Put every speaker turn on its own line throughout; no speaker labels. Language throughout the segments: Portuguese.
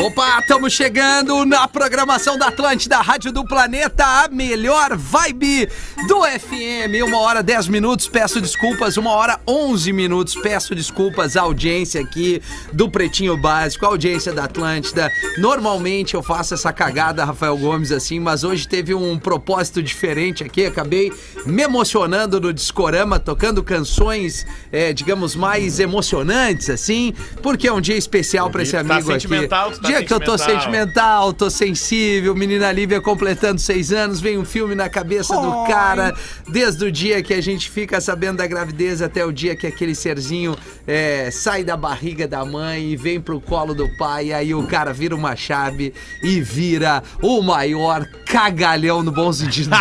Opa, estamos chegando na programação da Atlântida, Rádio do Planeta, a melhor vibe do FM. Uma hora dez minutos, peço desculpas. Uma hora onze minutos, peço desculpas à audiência aqui do Pretinho Básico, a audiência da Atlântida. Normalmente eu faço essa cagada, Rafael Gomes, assim, mas hoje teve um propósito diferente aqui. Acabei me emocionando no Discorama, tocando canções, eh, digamos, mais emocionantes, assim, porque é um dia especial para esse
Tá
amigo aqui
sentimental, tu tá
dia que eu tô
sentimental.
sentimental, tô sensível, menina Lívia completando seis anos, vem um filme na cabeça do cara, desde o dia que a gente fica sabendo da gravidez até o dia que aquele serzinho é, sai da barriga da mãe e vem pro colo do pai, aí o cara vira uma chave e vira o maior cagalhão no bom sentido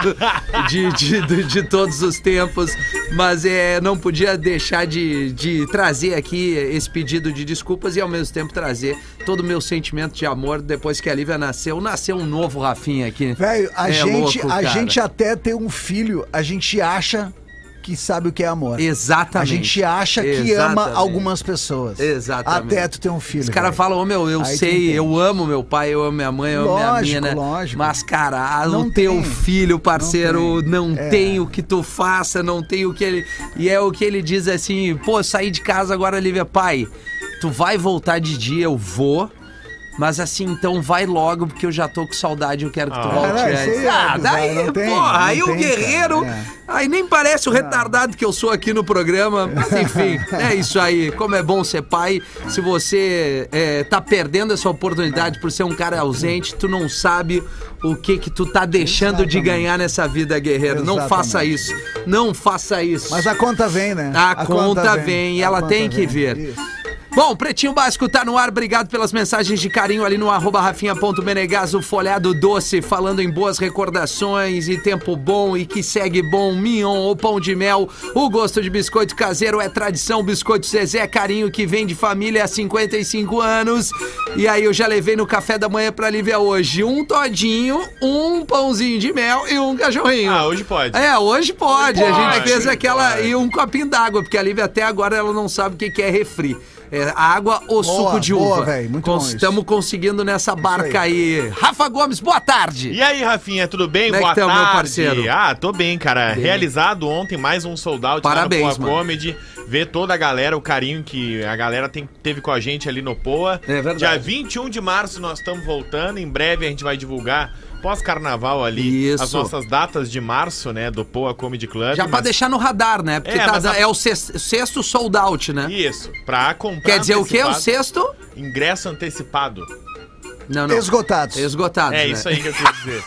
de, de, de- de todos os tempos, mas é, não podia deixar de, de trazer aqui esse pedido de desculpas e ao mesmo tempo trazer todo o meu sentimento de amor depois que a Lívia nasceu. Nasceu um novo Rafinha aqui.
Velho, a,
É
gente,
louco,
a
cara.
gente até ter um filho, a gente acha que sabe o que é amor. A
Exatamente.
gente acha que ama
Exatamente.
algumas pessoas.
Exatamente.
Até tu ter um filho.
Os caras
velho.
falam, ô meu, eu
Aí tu
sei,
entende.
eu amo meu pai, eu amo minha mãe, eu amo
Lógico,
minha mina.
lógico.
Mas, cara, ah, o
Não
teu
tem.
filho, parceiro, não,
Não
tem.
tem. É.
o que tu faça, não tem o que ele. E é o que ele diz assim: pô, saí de casa agora, Lívia, pai, tu vai voltar de dia, eu vou. Mas assim, então vai logo, porque eu já tô com saudade, eu quero que tu
Ah.
volte
Caralho, isso
antes.
aí é
ah,
bizarro,
daí,
não tem,
porra,
não
aí o
tem, cara,
guerreiro.
é.
Aí nem parece o
Ah.
retardado que eu sou aqui no programa, mas enfim, é isso aí. Como é bom ser pai. Se você é, tá perdendo essa oportunidade por ser um cara ausente, tu não sabe o que que tu tá deixando de
Exatamente.
ganhar nessa vida, guerreiro. Não
Exatamente.
faça isso. Não faça isso.
Mas a conta vem, né?
A conta vem, e
A
ela
conta
tem que
vem.
vir.
Isso.
Bom, Pretinho Básico tá no ar. Obrigado pelas mensagens de carinho ali no arroba rafinha.menegas, o folhado doce, falando em boas recordações e tempo bom e que segue bom. Mignon, o pão de mel, o gosto de biscoito caseiro é tradição. Biscoito Zezé, carinho que vem de família há 55 anos. E aí eu já levei no café da manhã pra Lívia hoje um todinho, um pãozinho de mel e um cachorrinho.
Ah, hoje pode.
É, hoje pode. a gente
Pode,
fez aquela.
pode.
E um copinho d'água, porque a Lívia até agora ela não sabe o que que é refri. É água ou suco de
boa,
uva.
véi, muito bom isso.
Estamos conseguindo nessa barca aí. Rafa Gomes, boa tarde.
E aí, Rafinha, tudo bem?
Como é que
Boa
tá, meu
tarde.
parceiro?
Ah, tô bem, cara. Realizado ontem mais um soldado
Parabéns, mano.
Comedy. Ver toda a galera, o carinho que a galera tem- teve com a gente ali no Poa.
É verdade.
Dia 21 de março nós estamos voltando. Em breve a gente vai divulgar pós-carnaval ali
Isso.
as nossas datas de março, né, do Poa Comedy Club.
Já pra
Mas-
deixar no radar, né? Porque
É,
tá-
mas a-
é o sexto, sexto sold out, né?
Isso, pra comprar
Quer dizer o quê? O
tá antecipado.
sexto?
Ingresso antecipado.
Não, não.
Esgotados.
Esgotado.
É
né?
isso aí que eu quis dizer.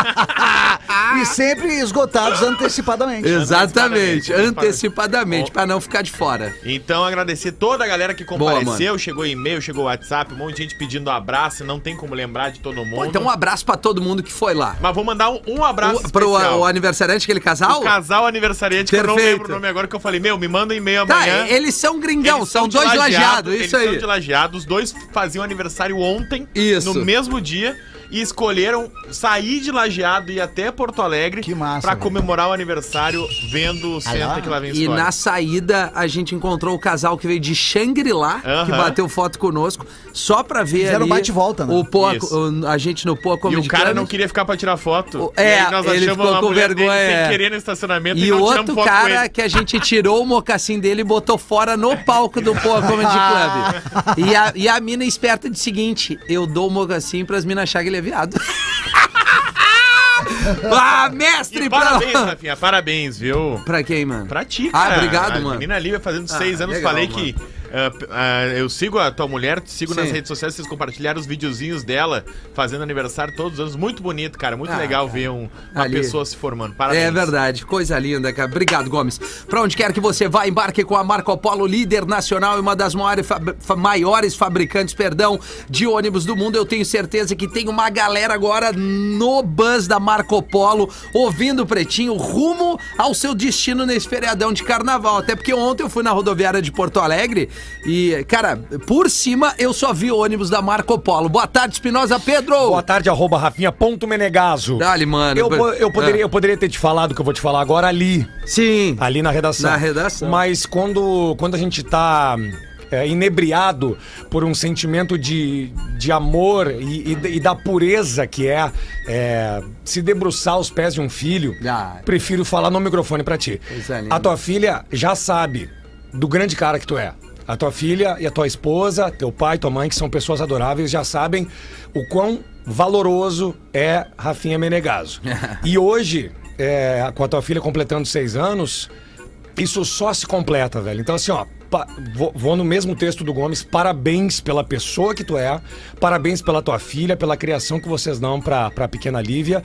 E sempre
Ah!
esgotados antecipadamente.
Antecipadamente,
Exatamente.
antecipadamente,
Ó.
pra não ficar de fora.
Então, agradecer toda a galera que compareceu.
mano.
chegou e-mail, chegou WhatsApp, um monte de gente pedindo abraço. Não tem como lembrar de todo mundo.
Pô, então um abraço pra todo mundo que foi lá.
Mas vou mandar um, um abraço
O, pro
especial.
o aniversariante, aquele casal?
O casal aniversariante, que eu não
Perfeito.
lembro o nome agora, que eu falei, meu, me manda um e-mail
Tá,
amanhã.
eles são gringão,
Eles
são,
de
dois
Lajeado,
lajeados,
eles
isso aí.
são de lajeado. Os dois faziam aniversário ontem,
Isso.
no mesmo dia, e escolheram sair de lajeado e ir até Porto Alegre
Que massa,
pra
velho.
comemorar o aniversário vendo o Senta que lá vem
E
história.
na saída a gente encontrou o casal que veio de Xangri-Lá,
Aham.
que bateu foto conosco, só pra ver
Fizeram
ali
bate e volta, né?
o Poa,
Isso.
o- a gente no Poa
E
Comedy
o cara não
Club.
queria ficar pra tirar foto.
O- é,
e aí nós
ele
achamos
ficou
a
com
mulher
vergonha,
dele
é.
sem querer no estacionamento
E
não
o
então tiramos
outro
foto com
cara
ele.
que a gente tirou o mocassim dele e botou fora no palco do Poa Comedy Club. E a, e a mina esperta de seguinte: eu dou o mocassim pras minas achar que ele é viado. ah, mestre!
E
pra-
parabéns, Rafinha, parabéns, viu?
Pra quem, mano?
Pra ti,
Ah,
cara.
obrigado,
a
mano.
menina ali vai fazendo
Ah,
seis anos,
legal,
falei
mano.
que ah, p- ah, eu sigo a tua mulher, te sigo nas
Sim.
redes sociais, vocês compartilharam os videozinhos dela fazendo aniversário todos os anos. Muito bonito, cara. Muito
Ah,
legal
cara.
ver um- uma
Ali.
pessoa se formando. Parabéns.
É verdade, coisa linda, cara. Obrigado, Gomes. Pra onde quer que você vá, embarque com a Marco Polo, líder nacional e uma das maiores, fab- fa- maiores fabricantes, perdão, de ônibus do mundo. Eu tenho certeza que tem uma galera agora no bus da Marco Polo, ouvindo o Pretinho, rumo ao seu destino nesse feriadão de carnaval. Até porque ontem eu fui na rodoviária de Porto Alegre e, cara, por cima eu só vi ônibus da Marco Polo. Boa tarde, Espinosa Pedro.
Boa tarde, arroba Rafinha.menegaso.
Dali, mano.
Eu, po- eu,
é.
poderia, eu poderia ter te falado o que eu vou te falar agora ali.
Ah, Sim.
Ali na redação.
Na redação.
Mas quando, quando a gente tá é, inebriado por um sentimento de, de amor e, e da- e da pureza que é, é, se debruçar aos pés de um filho,
Ah.
prefiro falar no microfone pra ti.
Coisa linda.
a tua filha já sabe do grande cara que tu é. A tua filha e a tua esposa, teu pai, tua mãe, que são pessoas adoráveis, já sabem o quão valoroso é Rafinha Menegaso. e hoje, é, com a tua filha completando seis anos, isso só se completa, velho. Então, assim, ó, pa- vou, vou no mesmo texto do Gomes. Parabéns pela pessoa que tu é, parabéns pela tua filha, pela criação que vocês dão pra, pra pequena Lívia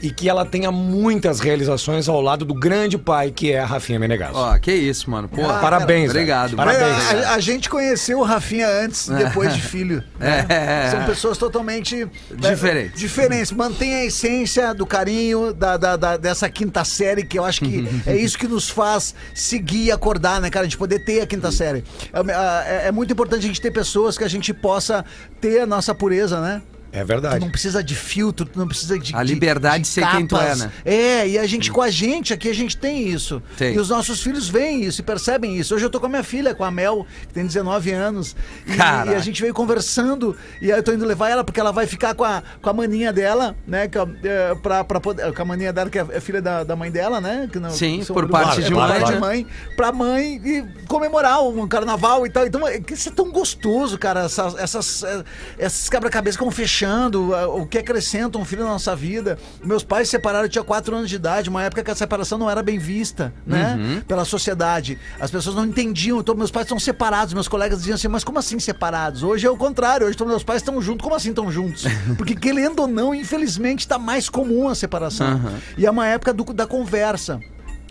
e que ela tenha muitas realizações ao lado do grande pai que é Rafinha Menegaso.
Ó, que isso, mano. Pô,
Ah, parabéns, velho.
Obrigado.
Mas
Parabéns.
mano.
É, A, a gente conheceu o Rafinha antes e depois de filho. né?
É.
São pessoas totalmente né,
Diferentes.
diferentes. Mantém a essência do carinho da, da- da- dessa quinta série, que eu acho que é isso que nos faz seguir e acordar, né, cara? A gente poder ter a quinta série. É, é- é muito importante a gente ter pessoas que a gente possa ter a nossa pureza, né?
É
Tu
verdade.
não precisa de filtro, tu não precisa de.
A liberdade de ser quem tu é,
capas.
né?
É, e a gente, com a gente aqui, a gente tem isso.
Tem.
E os nossos filhos veem isso e percebem isso. Hoje eu tô com a minha filha, com a Mel, que tem 19 anos. E,
Caraca.
e a gente veio conversando. E aí eu tô indo levar ela, porque ela vai ficar com a, com a maninha dela, né? Com a, eh, pra, pra poder, com a maninha dela, que é é filha da, da mãe dela, né? Que não,
Sim,
que são
por
do-
parte um
é
de
por
mãe,
parte de
né?
mãe, pra mãe e comemorar um carnaval e tal. Então, é que isso é tão gostoso, cara. Essas, essas, eh, esses quebra-cabeças que vão fechando, eh, o que acrescentam um filho na nossa vida. Meus pais se separaram, eu tinha 4 anos de idade, uma época que a separação não era bem vista, né? Pela sociedade. As pessoas não entendiam. Então, meus pais estão separados. Meus colegas diziam assim, mas como assim separados? Hoje é o contrário. Hoje tão- meus pais estão juntos. Como assim estão juntos? Porque, querendo ou não, infelizmente, tá mais comum a separação. E é uma época do- da conversa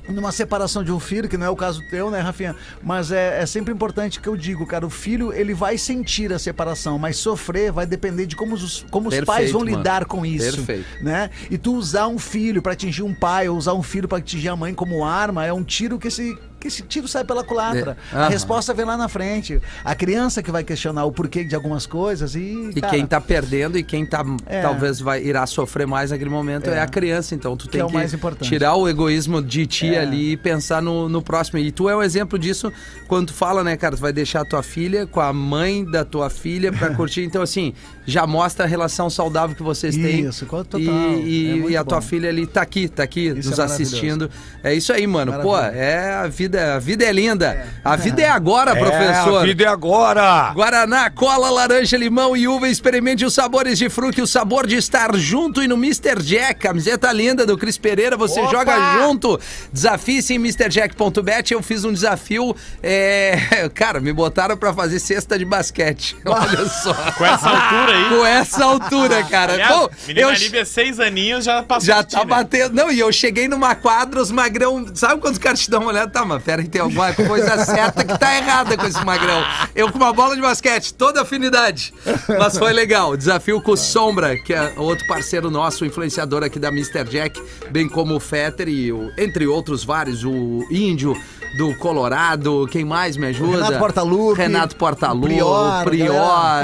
numa separação de um filho, que não é o caso teu, né, Rafinha? Mas é, é sempre importante que eu digo, cara, o filho, ele vai sentir a separação, mas sofrer vai depender de como os, como os
Perfeito,
pais vão
mano.
lidar com isso.
Perfeito.
Né? E tu usar um filho pra atingir um pai, ou usar um filho pra atingir a mãe como arma, é um tiro que esse, que esse tiro sai pela culatra.
É.
A
Aham.
resposta vem lá na frente. A criança que vai questionar o porquê de algumas coisas e,
E
cara,
quem tá perdendo e quem tá
É.
talvez vai irá sofrer mais naquele momento é,
É.
a criança. Então tu tem
é o
que
mais importante.
tirar o egoísmo de ti
É.
ali e pensar no, no próximo. E tu é um exemplo disso quando tu fala, né, cara? Tu vai deixar tua filha com a mãe da tua filha pra curtir. Então, assim, já mostra a relação saudável que vocês têm.
Isso, qual- total. É
E, e,
muito
e a tua
bom.
filha ali tá aqui, tá aqui,
Isso
nos
é maravilhoso.
assistindo. É isso aí, mano. Pô,
Maravilha.
é a vida, a vida é linda. A vida é agora, professor.
É, a vida é agora!
Guaraná, cola, laranja, limão e uva. Experimente os sabores de fruque, o sabor de estar junto. E no Mr. Jack, camiseta linda do Cris Pereira, você joga junto. Desafie-se em MrJack.bet. Eu fiz um desafio. é, Cara, me botaram pra fazer cesta de basquete. Olha só.
Com essa altura aí. Ah,
Com essa altura, cara.
Aliás,
Bom,
menina
eu-
Lívia, seis aninhos, já passou
já
de ti,
tá
né?
batendo. Não, e eu cheguei numa quadra, os magrão. Sabe quando os caras te dão uma olhada? Tá, mas pera aí, tem alguma coisa certa que tá errada com esse magrão. Eu com uma bola de basquete, toda afinidade. Mas foi legal. Desafio com o Sombra, que é outro parceiro nosso, influenciador aqui da Mr. Jack, bem como o Fetter e, o- entre outros vários, o Índio do Colorado. Quem mais me ajuda?
Renato Portaluppi,
Renato Portaluppi,
Prior,
o Prior.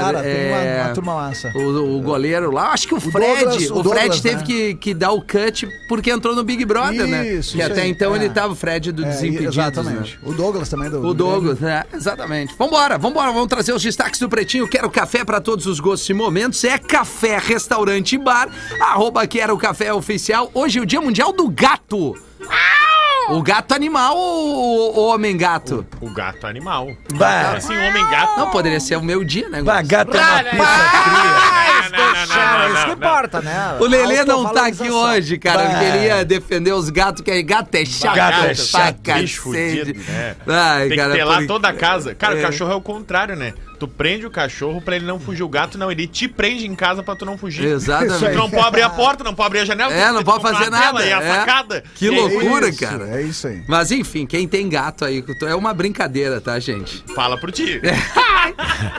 galera, cara, tem
é,
uma- uma turma massa.
O, o goleiro lá. Acho que o, Fred.
Douglas-
o
É.
Fred
o Douglas,
teve
né?
que que, que dá o cut porque entrou no Big Brother, né?
Isso,
que
isso
até
aí,
então
é.
ele tava o Fred do
É,
Desimpedidos, né?
exatamente. O Douglas também. é Do,
O
do-
Douglas, né? Exatamente. Vambora, vambora, vamos trazer os destaques do Pretinho. Quero café para todos os gostos e momentos. É Café Restaurante e Bar, arroba Quero Café Oficial. Hoje é o Dia Mundial do Gato. O gato animal ou o homem gato?
O gato é animal.
Bah.
Assim, homem gato.
Não, poderia ser o meu dia, né?
Vai,
Gomes?
gata é uma pizza fria.
Não, não, não, não, não,
cara,
não,
isso que
não,
é
não.
importa, né?
O Lelê não tá aqui
Autovalorização.
hoje, cara.
Bah.
Ele queria defender os gatos, que é- gato é chato.
Gato
é
pra
chato,
bicho
cacete.
fudido, né?
Ai,
Tem que
cara,
ter lá
por-
toda a casa. Cara,
É.
o cachorro é o contrário, né? Tu prende o cachorro pra ele não fugir. O gato não, ele te prende em casa pra tu não fugir. Tu
Isso
Exatamente.
aí.
não pode abrir a porta, não pode abrir a janela.
É,
tu-
não
tu
pode
comprar
fazer
a tela
nada,
E a
é.
facada.
Que
E aí,
loucura.
Isso,
cara.
É isso aí.
Mas enfim, quem tem gato aí, é uma brincadeira, tá, gente?
Fala pro tio.
É,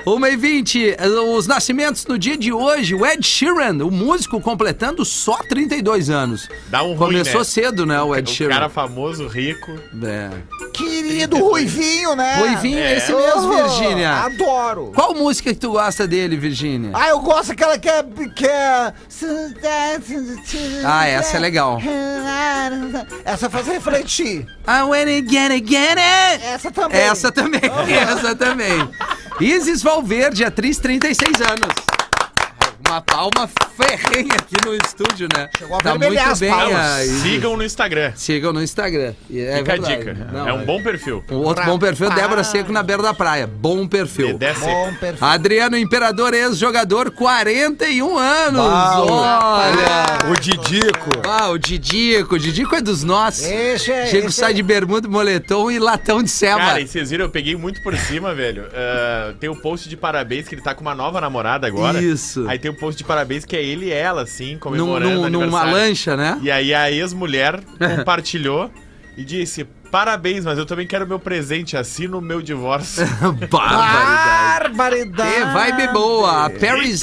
Uma e vinte, os nascimentos no dia de hoje, o Ed Sheeran, o músico completando só 32 anos.
Dá um ruim,
Começou
né?
cedo, né, o Ed
O
Sheeran.
cara famoso, rico.
É.
Querido Ruivinho, né?
Ruivinho,
É.
esse mesmo,
Oh,
Virgínia.
Adoro.
Qual música que tu gosta dele, Virgínia?
Ah, eu gosto daquela que é. Que é...
Ah, essa é legal.
Essa faz refletir.
I wanna get it, get it.
Essa também.
Essa também, essa também. Isis Valverde, atriz, 36 anos. Uma palma ferrenha aqui no estúdio, né?
Chegou a
tá
avermelhar
muito
as
bem
palmas.
a Isis.
Sigam no Instagram.
Sigam no Instagram. E É
Fica
verdade.
a dica.
Não,
é um bom perfil.
Um outro bom perfil, Débora Seco na beira da praia. Bom perfil.
Dedé Seco.
Bom perfil.
Adriano Imperador, ex-jogador, 41 anos. Olha.
O Didico.
Ah, o Didico. O Didico é dos nossos.
Esse é-
Diego
esse
sai
é-
de bermuda, moletom e latão de ceba.
Cara, e vocês viram, eu peguei muito por cima, velho. Ah, tem o post de parabéns que ele tá com uma nova namorada agora.
Isso.
Aí tem o post de parabéns que é ele e ela, assim,
Num,
comemorando
num,
o
numa
aniversário.
lancha, né?
E aí a ex-mulher compartilhou e disse: Parabéns, mas eu também quero meu presente, assino o meu divórcio.
Barbaridade.
Barbaridade.
Que vibe boa. A Paris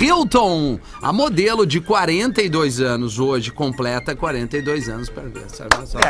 Hilton, a modelo de 42 anos hoje, completa 42 anos. Pra ver, sabe? Só gosta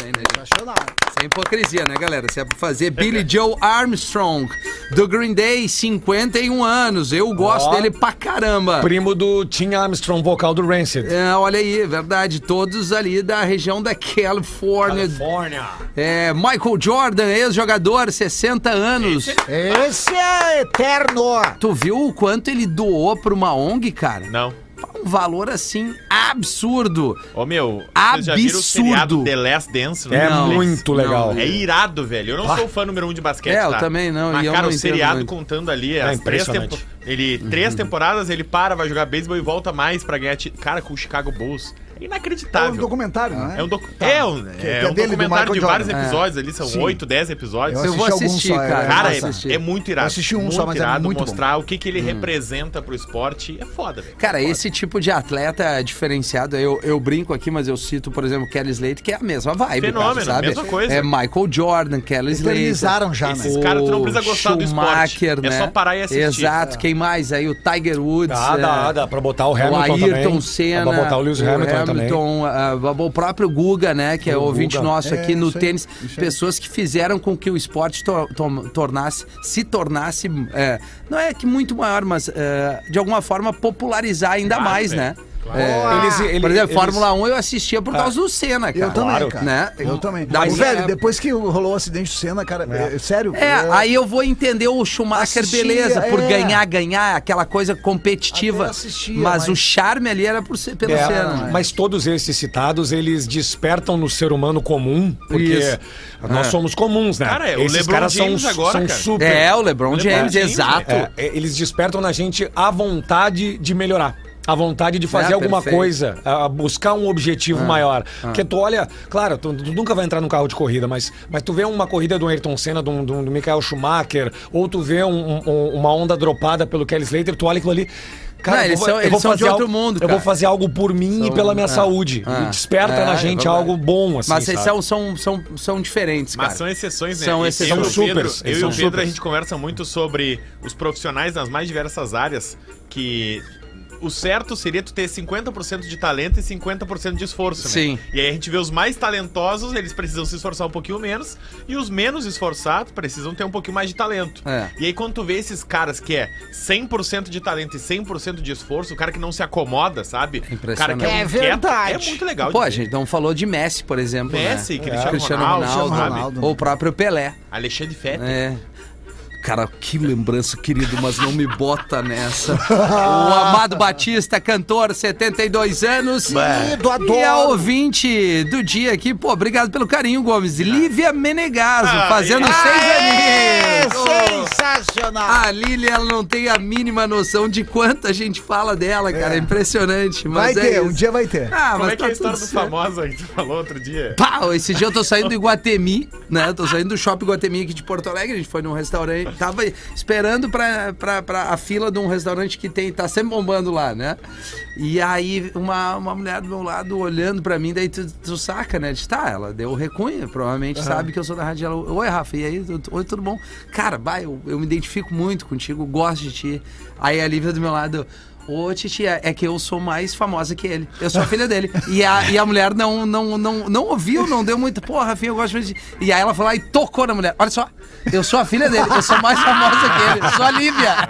bem, né, gente?
Apaixonado. É
Sem hipocrisia, né, galera? Se é pra fazer Billy Joe Armstrong, do Green Day, 51 anos. Eu gosto
Ó.
dele pra caramba.
Primo do Tim Armstrong, vocal do Rancid.
É, olha aí, é verdade. Todos ali da região da Califórnia.
California.
É, Michael Jordan, ex-jogador, 60 anos.
Esse é eterno.
Tu viu o quanto ele doou pra uma ONG, cara?
Não.
Um valor assim absurdo.
Ô meu,
Absurdo.
seriado The Last Dance? no
É
Netflix?
muito legal.
Não,
É irado, velho. Eu não sou fã número um de basquete.
É, eu
tá?
também não,
Mas,
e eu
cara,
não
o
entendo
seriado
muito.
contando ali.
É
as três
impressionante.
tempo- Ele, três temporadas, ele para, vai jogar beisebol e volta mais pra ganhar. ti- Cara, com o Chicago Bulls. É
É um
inacreditável.
documentário, não é?
É um, docu- é um-
Que-
é
que é
um
dele, do
documentário
Michael
de vários
Jordan.
episódios ali, são
Sim.
oito, dez episódios.
Eu
Eu vou
assisti alguns
assistir,
só, é,
cara.
Cara,
eu
é,
vou assistir.
é muito irado.
Eu assisti um
muito
só, mas é
irado
muito bom.
mostrar o que, que ele representa pro esporte. É foda, velho.
Cara, esse tipo de atleta diferenciado, eu, eu brinco aqui, mas eu cito, por exemplo, Kelly Slate, que é a mesma vibe, cara,
Fenômeno,
sabe?
mesma coisa.
É Michael Jordan, Kelly Slate.
Eternizaram já, né?
Esses caras tu não precisa gostar do esporte.
Schumacher,
É
né?
só parar e assistir.
Exato, quem mais aí? O Tiger Woods.
Dá,
é,
dá, dá pra botar o
O
Hamilton também.
Ayrton
Dá
Senna,
Pra botar o Lewis Hamilton, também.
ah, o próprio Guga, né, que é
O
o ouvinte
Guga.
nosso
É,
aqui no
isso aí,
tênis,
isso aí.
pessoas que fizeram com que o esporte to- to- tornasse, se tornasse, é, não é que muito maior, mas é, de alguma forma popularizar ainda
Claro,
mais,
é,
né?
É, eles- eles-
por exemplo,
eles- Ah.
Fórmula 1 eu assistia por causa do Senna, cara.
Eu também,
Claro.
cara.
Né?
Eu também.
Dá
Hum. Mas,
um-
velho,
é.
depois que rolou o acidente do Senna, cara, é, sério.
É, aí eu vou entender o Schumacher,
Assistia,
beleza, por
é.
ganhar, ganhar, aquela coisa competitiva.
Até assistia,
mas,
mas-
o charme ali era por, ser- pelo né?
É,
Senna.
mas todos esses citados, eles despertam no ser humano comum, porque
Isso.
nós
É.
somos comuns, né?
Cara, é, o
esses
LeBron
caras são,
James agora,
são
cara.
super.
É, o LeBron
LeBron
James,
James, né?
exato.
É, é, eles despertam na gente a vontade de melhorar. A vontade de fazer alguma
É, perfeito. É,
coisa, a a buscar um objetivo maior. Porque tu olha, claro, tu, tu nunca vai entrar num carro de corrida, mas, mas tu vê uma corrida do Ayrton Senna, do, do, do Michael Schumacher, ou tu vê um- um- uma onda dropada pelo Kelly Slater, tu olha aquilo ali. Cara,
Não,
eu
eles
vou-
são-
eu
eles
vou
são de
fazer
outro
algo-
mundo,
Eu vou
cara.
fazer algo por mim e
São-
pela minha
é,
saúde.
é.
E desperta
É,
na
é
gente
verdade.
algo bom, assim.
Mas vocês
sabe?
são, são, são, são diferentes, cara.
Mas são exceções, né?
São
E
exceções.
eu e o
São
Pedro-
supers,
Eu
eles
e o
são
Pedro, a
supers.
gente conversa muito sobre os profissionais nas mais diversas áreas que... O certo seria tu ter 50% de talento e 50% de esforço, né?
Sim.
E aí a gente vê os mais talentosos, eles precisam se esforçar um pouquinho menos, e os menos esforçados precisam ter um pouquinho mais de talento.
É.
E aí quando tu vê esses caras que é 100% de talento e 100% de esforço, o cara que não se acomoda, sabe? O cara que
Impressionante.
é, um
É
inquieto,
verdade.
É muito legal. de
Pô, a
ver.
gente não falou de Messi, por exemplo. né?
Messi, Cristiano
Cristiano
Ronaldo,
né?
Ronaldo,
Cristiano
sabe?
Ronaldo.
Ou o próprio Pelé.
Alexandre Fetter.
É. Cara, que lembrança, querido, mas não me bota nessa. O Amado Batista, cantor, 72 anos.
Querido, adoro.
E é ouvinte do dia aqui. Pô, obrigado pelo carinho, Gomes.
É.
Lívia Menegaso,
Ah,
fazendo
e-
Aê,
seis aninhos.
Sensacional!
A Lili, ela não tem a mínima noção de quanto a gente fala dela, cara. É, impressionante.
Vai
Mas é
ter,
isso.
um dia vai ter.
Ah,
Como
mas
é que
tá
é a história
tudo
do
certo.
famosa que tu falou outro dia?
Pau, esse dia eu tô saindo do Iguatemi, né? Eu tô saindo do shopping Iguatemi aqui de Porto Alegre. A gente foi num restaurante. Tava esperando pra, pra, pra a fila de um restaurante que tem, tá sempre bombando lá, né? E aí uma, uma mulher do meu lado olhando pra mim, daí tu, tu saca, né? Diz, tá, ela deu recunha, provavelmente sabe que eu sou da rádio. Ela, Oi, Rafa, e aí? Tu- tu- Oi, tudo bom? Cara, vai, eu, eu me identifico muito contigo, gosto de ti. Aí a Lívia do meu lado. Ô, titia, é que eu sou mais famosa que ele. Eu sou a filha dele. E a, e a mulher não, não, não, não ouviu, não deu muito. Porra, Rafinha, eu gosto muito de... E aí ela falou e tocou na mulher. Olha só, eu sou a filha dele, eu sou mais famosa que ele. Eu sou a Lívia.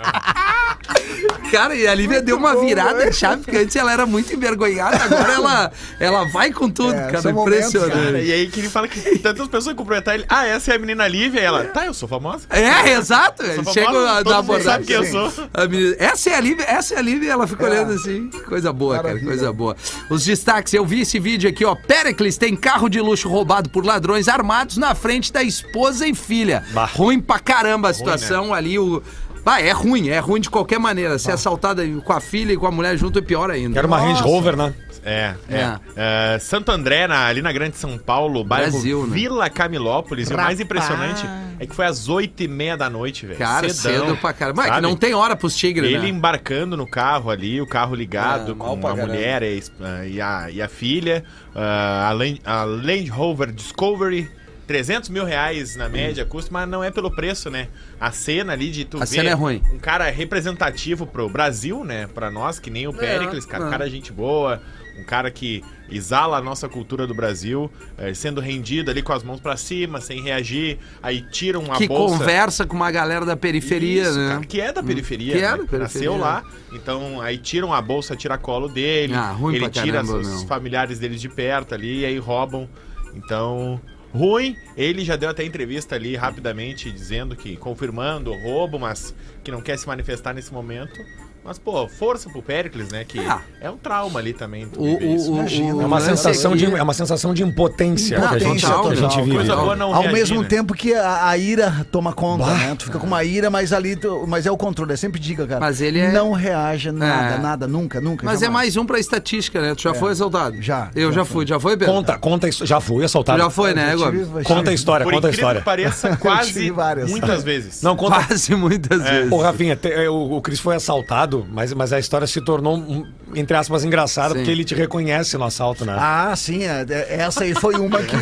Cara, e a Lívia deu uma
né?
virada de chave, porque antes ela era muito envergonhada, agora ela, ela vai com tudo,
É,
cara.
são momentos,
Impressionante.
Cara, e aí que ele fala que tantas pessoas cumprimentar ele. Ah, essa é a menina Lívia. E ela, tá, eu sou famosa?
É, exato.
Eu sou
Chega
famosa,
na-
todo
na
mundo sabe
abordagem.
quem eu
sim.
sou.
A menina- essa é a Lívia, essa é a Lívia, ela fica olhando assim. Que Coisa boa,
Maravilha.
cara, coisa boa. Os destaques, eu vi esse vídeo aqui, ó. Pericles tem carro de luxo roubado por ladrões armados na frente da esposa e filha.
Bah. né?
Ruim pra caramba a situação ali, o... Bah, é ruim, é ruim de qualquer maneira. Ser assaltada com a filha e com a mulher junto é pior ainda.
Era uma Range Rover, né?
É, é. É, Santo André, na- ali na Grande São Paulo, bairro
Brasil, né?
Vila Camilópolis. E o mais impressionante é que foi às oito e meia da noite, velho.
Cara,
Cedão,
cedo pra caramba. Mas é que
sabe?
não tem hora pros tigres,
Ele
né?
embarcando no carro ali, o carro ligado
Ah, mal
com
pra
a
caramba.
mulher e, a- e a, e a filha, ah, a, Land, a Land Rover Discovery. 300 mil reais na média custo, mas não é pelo preço, né? A cena ali de tu
A
ver
cena é ruim.
um cara representativo pro Brasil, né? Pra nós, que nem o Pericles, cara,
é.
um cara gente boa, um cara que exala a nossa cultura do Brasil, eh, sendo rendido ali com as mãos pra cima, sem reagir, aí tira uma
Que
bolsa.
conversa com uma galera da periferia,
Isso,
né?
cara, que é da periferia.
Que
né?
é da periferia.
Nasceu lá. Então, aí tiram a bolsa, tira colo dele.
Ah, ruim
ele
pra
tira
caramba,
os
meu.
familiares deles de perto ali e aí roubam. Então, ruim. Ele já deu até entrevista ali rapidamente, dizendo que, confirmando o roubo, mas que não quer se manifestar nesse momento. Mas, pô, força pro Pericles, né? Que
Ah.
é um trauma ali também. tu
O-
viver
o-
isso, né?
o-
imagina.
o
É uma
lance
sensação
aqui-
de, é uma sensação de impotência, que a É gente,
Impotência
que a gente
total.
vive.
Coisa
né?
boa não
Ao
reagir,
mesmo
né?
tempo que a, a ira toma conta,
Bah.
né? Tu fica com uma ira, mas ali. tu- mas é o controle. Eu sempre digo, cara.
Mas ele é-
Não reage a nada,
É.
nada, nunca, nunca.
Mas é
jamais.
mais um pra estatística, né? Tu já foi assaltado?
É. Já,
Eu
já
já fui, já foi, Pedro?
Conta, conta isso. Já fui é
Tu
assaltado.
já foi, né,
Eu tive-
Gomes?
eu tive-
Conta a história,
Por
conta a
incrível
história.
que pareça,
tive
quase
várias.
muitas vezes.
Não, conta.
Quase muitas vezes.
Ô, Rafinha, te- é, o, o Cris foi assaltado, mas, mas a história se tornou, um, entre aspas, engraçada,
Sim.
porque ele te reconhece no assalto, né?
Ah, sim, é, é, essa aí foi uma que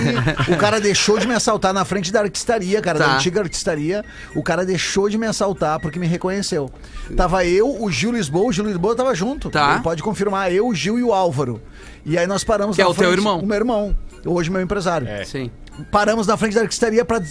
o cara deixou de me assaltar na frente da artistaria, cara, da
Tá.
antiga artistaria. O cara deixou de me assaltar porque me reconheceu. Tava eu, o Gil Lisboa, o Gil Lisboa tava junto.
Tá.
Ele pode confirmar, eu, o Gil e o Álvaro. E aí nós paramos
Que
na
é o teu
frente-
irmão.
O meu irmão. Hoje meu empresário.
É.
Sim.
Paramos na frente da artistaria para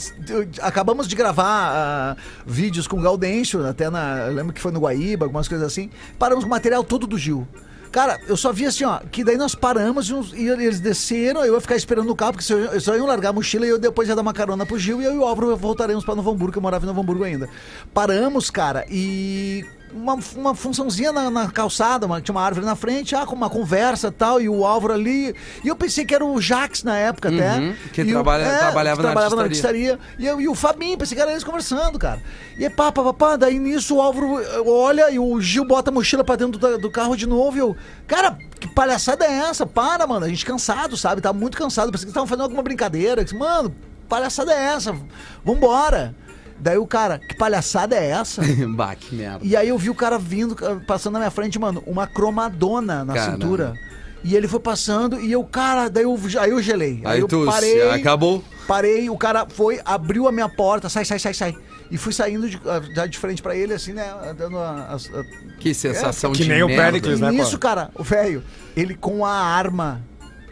acabamos de gravar ah, vídeos com o Gaudêncio, até na, eu lembro que foi no Guaíba, algumas coisas assim. Paramos com o material todo do Gil. Cara, eu só vi assim, ó, que daí nós paramos e, uns- e eles desceram, eu ia ficar esperando no carro, porque só- eu só ia largar a mochila e eu depois ia dar uma carona pro Gil e eu e o Álvaro voltaremos pra Novo Hamburgo, que eu morava em Novo Hamburgo ainda. Paramos, cara, e uma, uma funçãozinha na, na calçada, uma- tinha uma árvore na frente, ah, com uma conversa e tal, e o Álvaro ali. E eu pensei que era o Jax na época
Uhum,
até.
que
E o- é,
trabalha- trabalhava
que
na
trabalhava na artistaria. E, eu, e o Fabinho, pensei que era eles conversando, cara. E aí, pá, pá, pá, pá, daí nisso o Álvaro eh, olha e o Gil bota a mochila pra dentro da- do, carro de novo. E eu, cara, que palhaçada é essa? Para, mano, a gente cansado, sabe? Tá muito cansado, pensei que estavam fazendo alguma brincadeira. Eu disse, Mano, palhaçada é essa? Vambora. Daí o cara, que palhaçada é essa?
bah, que merda.
E aí eu vi o cara vindo, ca- passando na minha frente, mano, uma cromadona na
Caramba.
cintura. E ele foi passando e eu, cara, daí eu, aí eu gelei.
Aí
eu
tu se-
parei.
acabou.
Parei, o cara foi, abriu a minha porta, sai, sai, sai, sai. E fui saindo de, ah, já de frente pra ele, assim, né? Dando a. a- a-
Que
é
sensação
que
de
nem o
merda.
E
Pericles, né,
nisso,
cara?
cara, o velho, ele com a arma,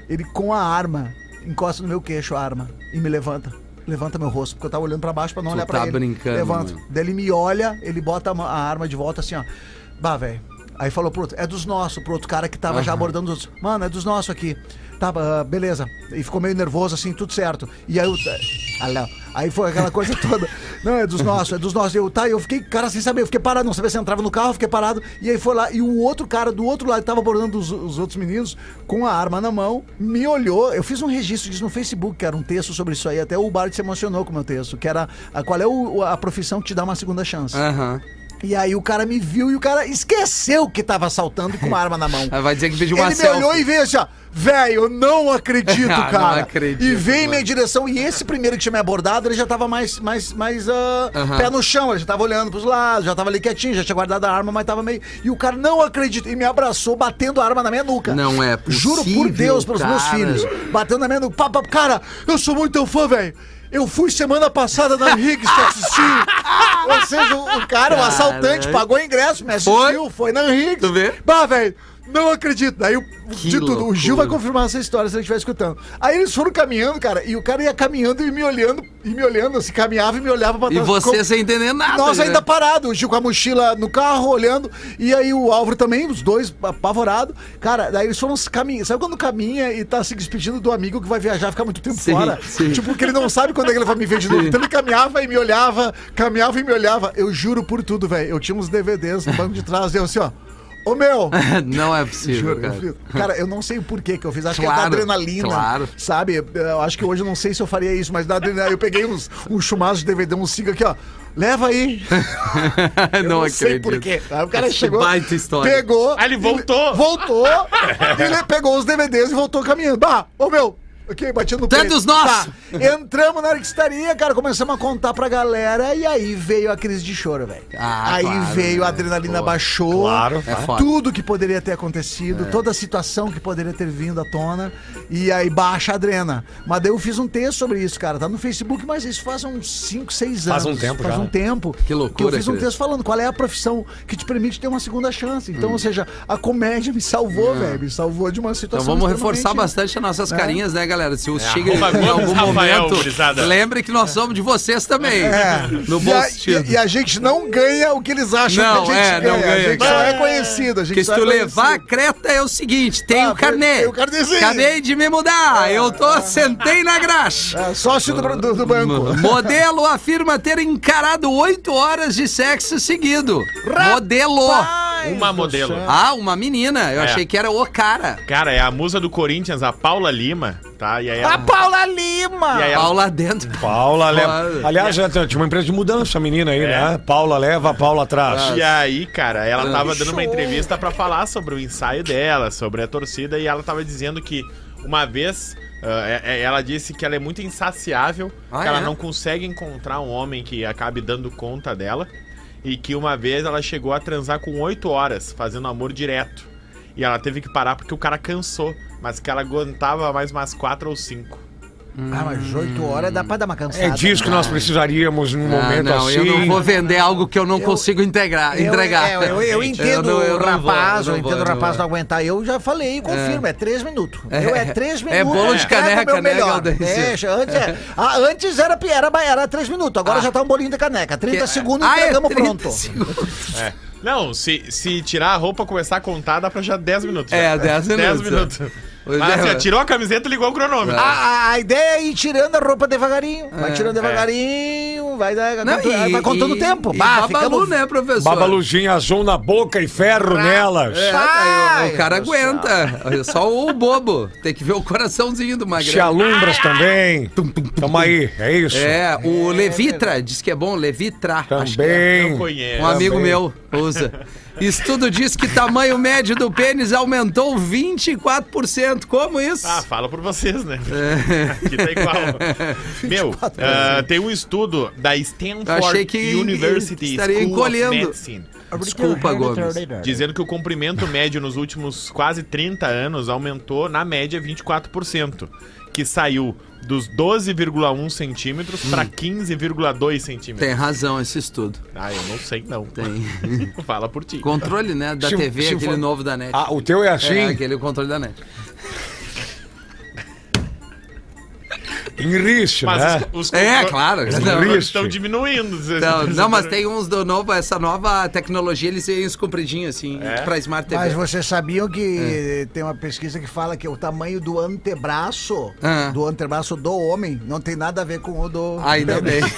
ele com a arma, encosta no meu queixo a arma e me levanta. Levanta meu rosto, porque eu tava olhando pra baixo pra não
Tu
olhar pra
tá
ele.
brincando,
Levanta.
mano.
Daí ele me olha, ele bota a ma- a arma de volta assim, ó. Bah, velho. Aí falou pro outro, é dos nossos, pro outro cara que tava já abordando os outros. Mano, é dos nossos aqui. Tá, ah, beleza. E ficou meio nervoso, assim, tudo certo. E aí o. Ah, não. Aí foi aquela coisa toda. Não, é dos nossos, é dos nossos. Eu, tá, eu fiquei, cara, sem saber, eu fiquei parado, não sabia se eu entrava no carro, fiquei parado. E aí foi lá, e o outro cara do outro lado que tava abordando os, os outros meninos, com a arma na mão, me olhou. Eu fiz um registro disso no Facebook, que era um texto sobre isso aí. Até o Bart se emocionou com o meu texto, que era ah, qual é o- a profissão que te dá uma segunda chance.
Aham.
E aí o cara me viu e o cara esqueceu que tava assaltando com uma arma na mão.
Aí Vai dizer que pediu uma
Ele me
selfie.
olhou e veio assim, ó. Velho, eu não acredito,
Ah, não
cara.
acredito,
e veio em minha
mano.
direção. E esse primeiro que tinha me abordado, ele já tava mais, mais, mais ah,
Aham.
pé no chão. Ele já tava olhando pros lados, já tava ali quietinho, já tinha guardado a arma, mas tava meio. E o cara não acredita. E me abraçou, batendo a arma na minha nuca.
Não é
Juro por
possível,
Deus, pelos meus
cara.
filhos. Batendo na minha nuca. Pá, pá, cara, eu sou muito teu fã, velho. Eu fui semana passada na Riggs te assistir. Ou seja, o, o cara, o assaltante,
Caralho.
pagou ingresso, me assistiu,
Foi?
foi, na Riggs.
Tu vê?
Bah, velho, não acredito. Daí, o-
Que
de tudo, o Gil vai
loucura.
confirmar essa história se ele estiver escutando. Aí eles foram caminhando, cara, e o cara ia caminhando e me olhando, e me olhando, assim, caminhava e me olhava pra
E
trás.
você
Ficou-
sem entender nada.
Nós
né?
ainda parado, o Gil com a mochila no carro, olhando, e aí o Álvaro também, os dois apavorados. Cara, daí eles foram caminhando. Sabe quando caminha e tá se despedindo do amigo que vai viajar, ficar muito tempo
Sim,
fora?
sim.
Tipo, que ele não sabe quando é que ele vai me ver de novo. Então ele caminhava e me olhava, caminhava e me olhava. Eu juro por tudo, velho. Eu tinha uns DVDs no banco de trás, e eu assim, ó. Ô meu!
não é
Juro,
possível,
eu
cara.
fiz. Cara, eu não sei o porquê que eu fiz. Acho que é da
Claro,
adrenalina.
claro.
Sabe? Eu acho que hoje eu não sei se eu faria isso, mas da adrenalina. Eu peguei uns, um chumaço de DVD, um ciga aqui, ó. Leva aí.
não,
Eu não
acredito.
sei
Ah,
por quê. Aí o cara
Que
chegou.
baita história.
Pegou.
Aí Ah, ele voltou.
Voltou. e ele pegou os DVDs e voltou caminhando. Bah, ô meu. Ok, batendo no
Tanto
peito.
os nossos.
Tá. Entramos na arquistaria, cara, começamos a contar pra galera e aí veio a crise de choro, velho.
Ah,
aí
claro,
veio, a
né?
adrenalina
Pô,
baixou.
claro,
É foda.
Tudo que poderia ter acontecido, toda a situação que poderia ter vindo à tona. E aí baixa a adrena. Mas daí eu fiz um texto sobre isso, cara. Tá no Facebook, mas isso faz uns 5, 6 anos.
Faz um tempo
Faz
já,
um
né?
tempo.
Que loucura,
Que eu fiz um
Cris.
texto falando qual é a profissão que te permite ter uma segunda chance.
Hum.
Então, ou seja, a comédia me salvou, velho. Me salvou de uma
É. Então
situação.
vamos reforçar
extremamente-
bastante as nossas
É.
carinhas, né, galera? Se
É.
o chega
arroba
em
Gomes
algum
Rafael,
momento,
gurizada.
lembre que nós somos de vocês também.
É.
No
e,
bom
a,
sentido.
e- e a gente não ganha o que eles acham
Não,
que a
é,
gente
não
A
ganha,
gente
cara.
só é conhecido. A gente
Porque se
só é
tu levar a
conhecido.
creta é o seguinte, tem
Ah,
o carnê.
tem o carnezinho. Ah.
Acabei de me mudar, eu tô, sentei na graxa.
É, sócio do, do- do banco.
Modelo afirma ter encarado oito horas de sexo seguido. Modelo.
Uma modelo.
Ah, uma menina. Eu
É.
achei que era o cara.
Cara, é a musa do Corinthians, a Paula Lima, tá? E aí ela,
Paula Lima!
e
É,
aí ela
Paula dentro.
Paula
Claro.
leva. Aliás, já tinha uma empresa de mudança, essa menina
É.
aí, né? Paula leva, Paula atrás.
E aí, cara, ela
Ah,
tava dando uma entrevista pra falar sobre o ensaio dela, sobre a torcida, e ela tava dizendo que uma vez ah, é- é- ela disse que ela é muito insaciável,
Ah,
que ela
é?
não consegue encontrar um homem que acabe dando conta dela, e que uma vez ela chegou a transar com 8 horas, fazendo amor direto. E ela teve que parar porque o cara cansou, mas que ela aguentava mais umas 4 ou 5.
Ah, mas 8 horas dá pra dar uma cansada.
É disso que nós precisaríamos num
Ah,
momento
não,
assim.
eu não vou vender algo que eu não consigo integrar,
Eu-
entregar.
é, Eu, eu, entendo
não- eu
o
não vou,
rapaz,
não
eu
vou,
entendo o
não
rapaz não,
vou.
aguentar. Eu já falei, confirmo, é, três minutos.
É.
eu é três
É
minutos.
bolo de
eu pego o
caneca,
meu
né,
melhor.
Galdêncio?
Deixa, antes, é- ah, antes era, era, era três minutos, agora
Ah.
já tá um bolinho de caneca. 30
Que-
segundos
Ah, é
entregamos
30
pronto.
segundos.
É. Não, se, se tirar a roupa e começar a contar, dá pra já 10 minutos.
É,
já.
10
10
minutos.
minutos.
Pois
Mas,
é, Ah,
assim, ó,
mas-
tirou a camiseta e ligou o cronômetro.
A, a- a ideia é ir tirando a roupa devagarinho. Vai tirando devagarinho, vai, dar,
É. Não,
contu-
e-
vai contando o
e-
tempo.
E
Bah,
babalu,
ficamos-
né, professor?
Babalujinha azul na boca e ferro nela.
É, tá, e o, o cara aguenta. Só o bobo. Tem que ver o coraçãozinho do
Se
magrelo.
alumbras também. Tamo aí, é isso.
É, o Levitra, diz que é bom, Levitra. acho que é.
Também.
Ah, Eu conheço.
Um amigo meu usa. Estudo diz que tamanho médio do pênis aumentou 24%. Como isso?
Ah, fala por vocês, né?
É.
Aqui tá igual. Meu, ah, tem um estudo da Stanford
né? Eu achei que
University
estaria
School
encolhendo.
of Medicine,
Desculpa, Gomes.
dizendo que o comprimento médio nos últimos quase 30 anos aumentou, na média, 24%, que saiu dos 12,1 centímetros pra
Hum.
15,2 centímetros.
Tem razão esse estudo.
Ah, eu não sei não.
Tem.
Fala por ti.
Controle, né, da
Se-
TV,
se
aquele
for-
novo da NET.
Ah, o teu é assim?
É, aquele controle da NET.
Tem risco,
Mas
né?
os, os
É, claro. Não,
Estão diminuindo.
Não, não, mas tem uns do novo, essa nova tecnologia, eles têm uns compridinhos assim,
É?
pra Smart TV.
Mas vocês sabiam
É.
que tem uma pesquisa que fala que o tamanho do antebraço,
Ah.
do antebraço do homem, não tem nada a ver com o do.
Ainda bem.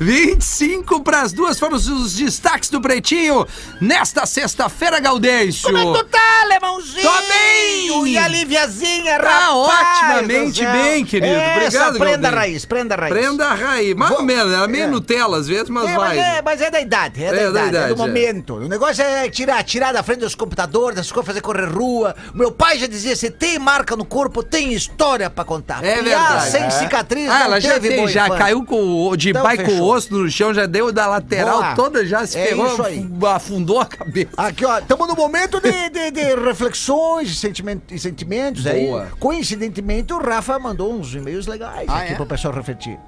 25 para as duas foram os destaques do Pretinho nesta sexta-feira, Gaudêncio.
é
tá, alemãozinho?
Tô bem!
E a Liviazinha,
Tá
rapaz!
otimamente
do céu.
bem, querido.
Essa,
Obrigado,
prenda
Galdêncio.
a raiz, prenda a raiz.
Prenda a raiz. Mais ou menos,
É.
era meio Nutella às vezes, mas
É, mas,
vai.
é, mas é da idade, é, da, idade, é do
é.
momento.
O negócio é tirar, tirar da frente dos computadores, das coisas, fazer correr rua. O meu pai já dizia: se tem marca no corpo, tem história pra contar.
É
Piá
verdade.
sem
É.
cicatriz,
Ah,
não
ela já
teve
tem,
boa
já
infância.
caiu com, o- de
Então,
pai com o
fechou.
osso no chão, já deu da lateral
Boa.
toda, já se
É
ferrou,
isso aí.
fu- afundou a cabeça.
Aqui, ó, estamos no momento de, de- de reflexões e sentimentos, e sentimentos
Boa.
aí. Coincidentemente, o Rafa mandou uns e-mails legais
Ah,
aqui
é?
pro pessoal refletir.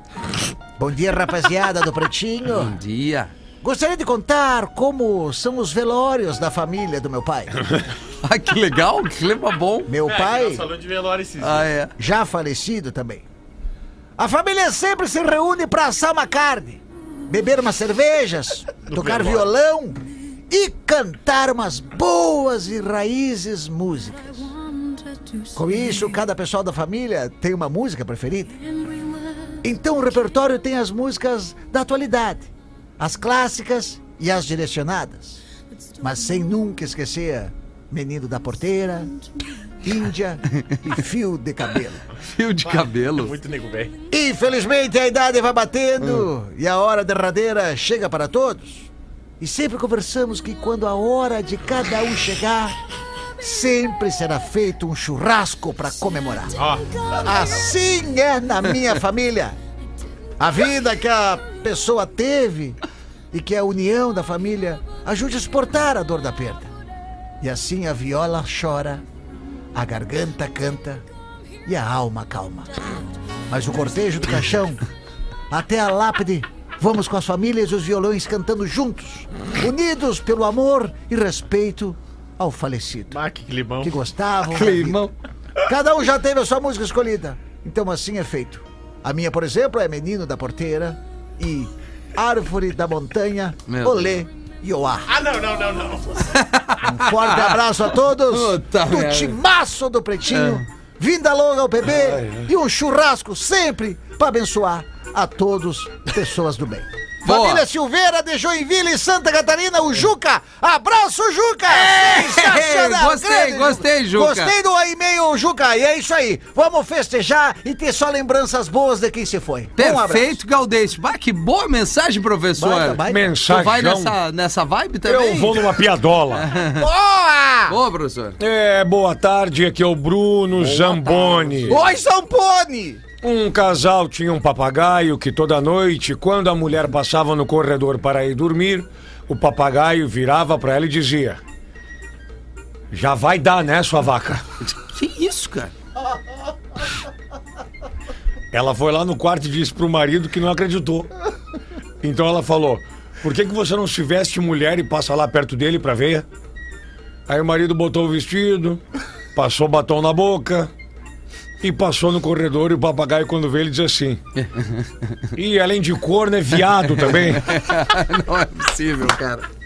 Bom dia, rapaziada do Pretinho.
Bom dia.
Gostaria de contar como são os velórios da família do meu pai.
Ah, que legal, que clima bom.
Meu
Pai.
pai,
Falou é de velório esses
Ah, é.
já falecido também. A família sempre se reúne para assar uma carne, beber umas cervejas, tocar
velório.
violão e cantar umas boas e raízes músicas. Com isso, cada pessoal da família tem uma música preferida. Então o repertório tem as músicas da atualidade, as clássicas e as direcionadas. Mas sem nunca esquecer Menino da Porteira, Índia e Fio de Cabelo.
Fio de
dias.
cabelo.
Muito nego velho.
Infelizmente a idade vai batendo e a hora derradeira chega para todos. E sempre conversamos que quando a hora de cada um chegar, sempre será feito um churrasco para comemorar.
Ó,
Assim é na minha família. A vida que a pessoa teve e que a união da família ajude a suportar a dor da perda. E assim a viola chora, a garganta canta e a alma calma. Mas o cortejo do caixão até a lápide, vamos com as famílias e os violões cantando juntos, unidos pelo amor e respeito ao falecido
Mac, que limão.
que gostavam. da
Climão.
vida. Cada um já teve a sua música escolhida. Então assim é feito. A minha, por exemplo, é Menino da Porteira e Árvore da Montanha,
Meu
Olê e Oá.
Ah, não, não, não, não.
Um forte abraço a todos
Puta
do
merda. Ah.
timaço do Pretinho. Vinda longa ao bebê
né?
e um churrasco sempre para abençoar a todos pessoas do bem.
Boa.
Família Silveira de Joinville e Santa Catarina, o Juca. Abraço, Juca!
Gostei, gostei, Juca.
Gostei do e-mail, Juca. E é isso aí. Vamos festejar e ter só lembranças boas de quem se foi. Um abraço.
Perfeito, Gaudêncio. Bah, que boa mensagem, professor.
Baita, baita.
Tu vai
Mensagem.
nessa, nessa vibe também?
Eu vou numa piadola.
Boa!
Boa, professor.
É, boa tarde, aqui é o Bruno Zamboni.
Oi, Sampone!
Um casal tinha um papagaio que toda noite, quando a mulher passava no corredor para ir dormir, o papagaio virava para ela e dizia: Já vai dar, né, sua vaca?
Que isso, cara?
Ela foi lá no quarto e disse pro marido que não acreditou. Então ela falou: Por que, que você não se veste de mulher e passa lá perto dele pra ver? Aí o marido botou o vestido, passou batom na boca e passou no corredor. E o papagaio, quando vê, ele diz assim: E além de corno, é viado também.
Não é possível, cara.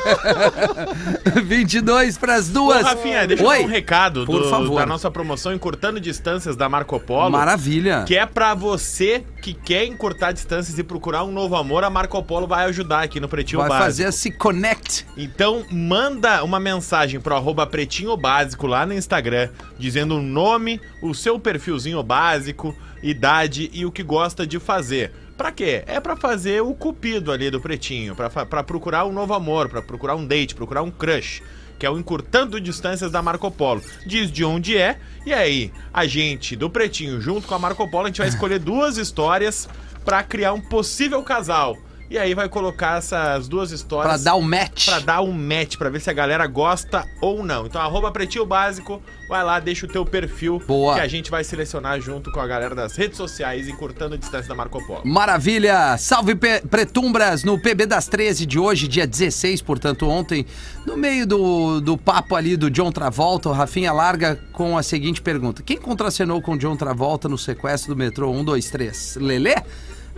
22 para as duas.
Ô, Rafinha, deixa eu
Oi.
dar um recado
Por
do-
favor.
da nossa promoção Encurtando Distâncias da Marco Polo.
Maravilha.
Que é pra você que quer encurtar distâncias e procurar um novo amor, a Marco Polo vai ajudar aqui no Pretinho
Vai
é Básico.
fazer esse connect.
Então manda uma mensagem pro arroba Pretinho Básico lá no Instagram, dizendo o nome, o seu perfilzinho básico, idade e o que gosta de fazer. Pra quê? É pra fazer o cupido ali do Pretinho, pra, fa- pra procurar um novo amor, pra procurar um date, procurar um crush. Que é o Encurtando Distâncias da Marco Polo. Diz de onde é, e aí a gente do Pretinho, junto com a Marco Polo, a gente vai escolher duas histórias pra criar um possível casal. E aí vai colocar essas duas histórias
Pra dar o match.
pra dar um match, pra ver se a galera gosta ou não. Então, arroba Pretinho Básico, vai lá, deixa o teu perfil,
Boa.
que a gente vai selecionar junto com a galera das redes sociais, encurtando a distância da Marco Polo.
Maravilha! Salve Pe- Pretumbras no PB das 13 de hoje, dia 16, portanto, ontem. No meio do, do papo ali do John Travolta, o Rafinha larga com a seguinte pergunta: Quem contracenou com o John Travolta no sequestro do metrô 123? Lelê?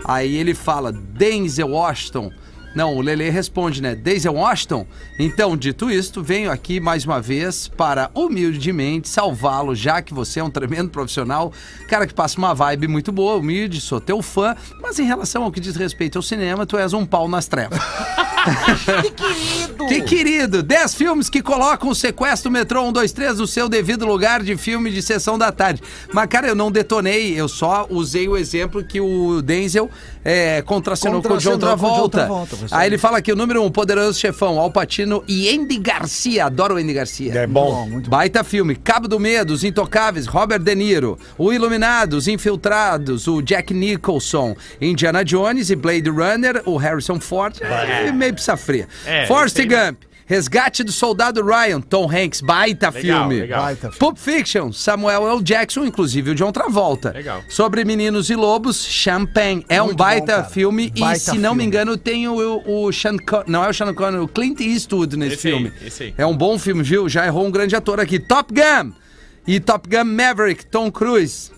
Aí ele fala: Denzel Washington. Não, o Lelê responde, né? Denzel Washington? Então, dito isto, venho aqui mais uma vez para humildemente salvá-lo, já que você é um tremendo profissional, cara que passa uma vibe muito boa, humilde, sou teu fã, mas em relação ao que diz respeito ao cinema, tu és um pau nas trevas. Que querido! 10 filmes que colocam o sequestro do metrô 123 no seu devido lugar de filme de sessão da tarde. Mas, cara, eu não detonei, eu só usei o exemplo que o Denzel é, contracenou,
Contracenou
com o John
com o John
Travolta.
Travolta, professor.
Aí ele fala aqui, o número um, Poderoso Chefão, Alpatino e Andy Garcia. Adoro o Andy Garcia.
É bom.
Baita filme. Cabo do Medo, Os Intocáveis, Robert De Niro. O Iluminados, Infiltrados, o Jack Nicholson. Indiana Jones e Blade Runner, o Harrison Ford. É, meio pizza fria.
É,
Forrest
esse aí-
Gump. Resgate do Soldado Ryan, Tom Hanks, baita
Legal,
filme.
legal.
Baita.
Pulp Fiction, Samuel L. Jackson, inclusive o John Travolta.
Legal.
Sobre Meninos e Lobos, Champagne. É um
Muito bom,
baita
cara.
filme. e
Baita
se não me
filme.
engano, tem o, o Sean Con- Não é o Sean Connery, o Clint Eastwood nesse
Esse aí,
filme.
esse aí.
É um bom filme, viu? Já errou um grande ator aqui. Top Gun! E Top Gun Maverick, Tom Cruise.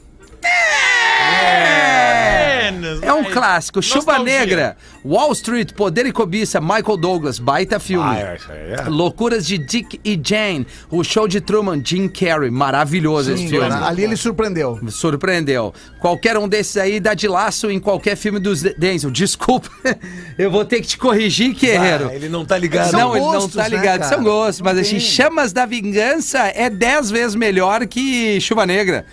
É um clássico. Chuva
Nostalgia.
Negra, Wall Street, Poder e Cobiça, Michael Douglas, baita filme.
Ah, é, isso aí é.
Loucuras de Dick e Jane, o show de Truman, Jim Carrey, maravilhoso esse filme.
Sim, ali ele surpreendeu.
Me Surpreendeu. Qualquer um desses aí dá de laço em qualquer filme dos De- Denzel. Desculpa, eu vou ter que te corrigir, Guerreiro.
Ah, ele não tá ligado.
São
não, ele não
gostos,
tá
né,
ligado.
cara?
São gostos, mas
Não
assim,
tem.
Chamas da Vingança é 10 vezes melhor que Chuva Negra.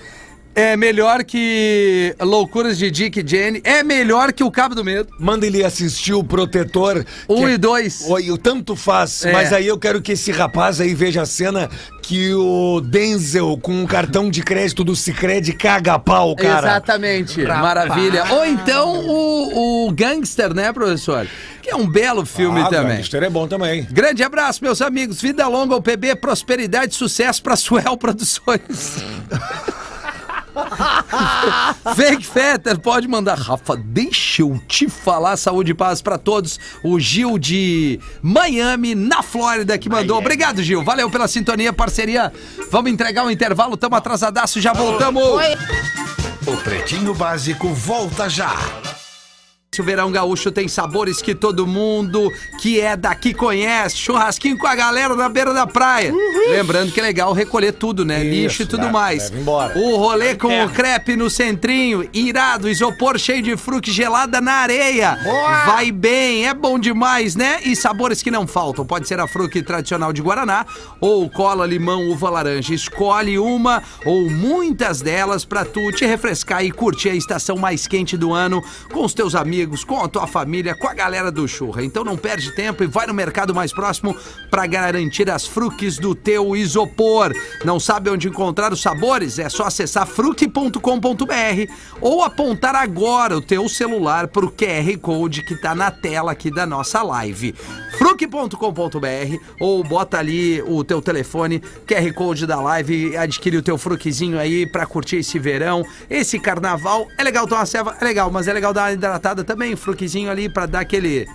É melhor que Loucuras de Dick e Jane. É melhor que O Cabo do Medo.
Manda ele assistir o Protetor.
Um
que é-
e dois.
Oi, o tanto faz.
É.
Mas aí eu quero que esse rapaz aí veja a cena que o Denzel, com um cartão de crédito do Cicred, caga pau, cara.
Exatamente. Maravilha. Ou então o, o Gangster, né, professor? Que é um belo filme
Ah,
também.
Gangster é bom também.
Grande abraço, meus amigos. Vida longa ao PB, prosperidade e sucesso pra Suel Produções. Fake Fetter, pode mandar. Rafa, deixa eu te falar. Saúde e paz pra todos. O Gil de Miami, na Flórida, que mandou. Obrigado, Gil. Valeu pela sintonia, parceria. Vamos entregar o intervalo. Tamo atrasadaço, já voltamos.
O Pretinho Básico volta já.
O verão gaúcho tem sabores que todo mundo que é daqui conhece. Churrasquinho com a galera na beira da praia. Lembrando que é legal recolher tudo, né? Lixo e tudo
leva-
mais.
leva embora.
O rolê com o crepe no centrinho, irado, isopor cheio de fruque gelada na areia. Vai bem, é bom demais, né? E sabores que não faltam. Pode ser a fruque tradicional de Guaraná ou cola, limão, uva laranja. Escolhe uma ou muitas delas pra tu te refrescar e curtir a estação mais quente do ano com os teus amigos, com a tua família, com a galera do Churra. Então não perde tempo e vai no mercado mais próximo pra garantir as fruques do teu isopor. Não sabe onde encontrar os sabores? É só acessar fruque.com.br ou apontar agora o teu celular pro QR Code que tá na tela aqui da nossa live. fruque.com.br ou bota ali o teu telefone, QR Code da live, adquire o teu fruquezinho aí pra curtir esse verão, esse carnaval. É legal tomar ceva, é legal, mas é legal dar uma hidratada também, fruquezinho ali pra dar aquele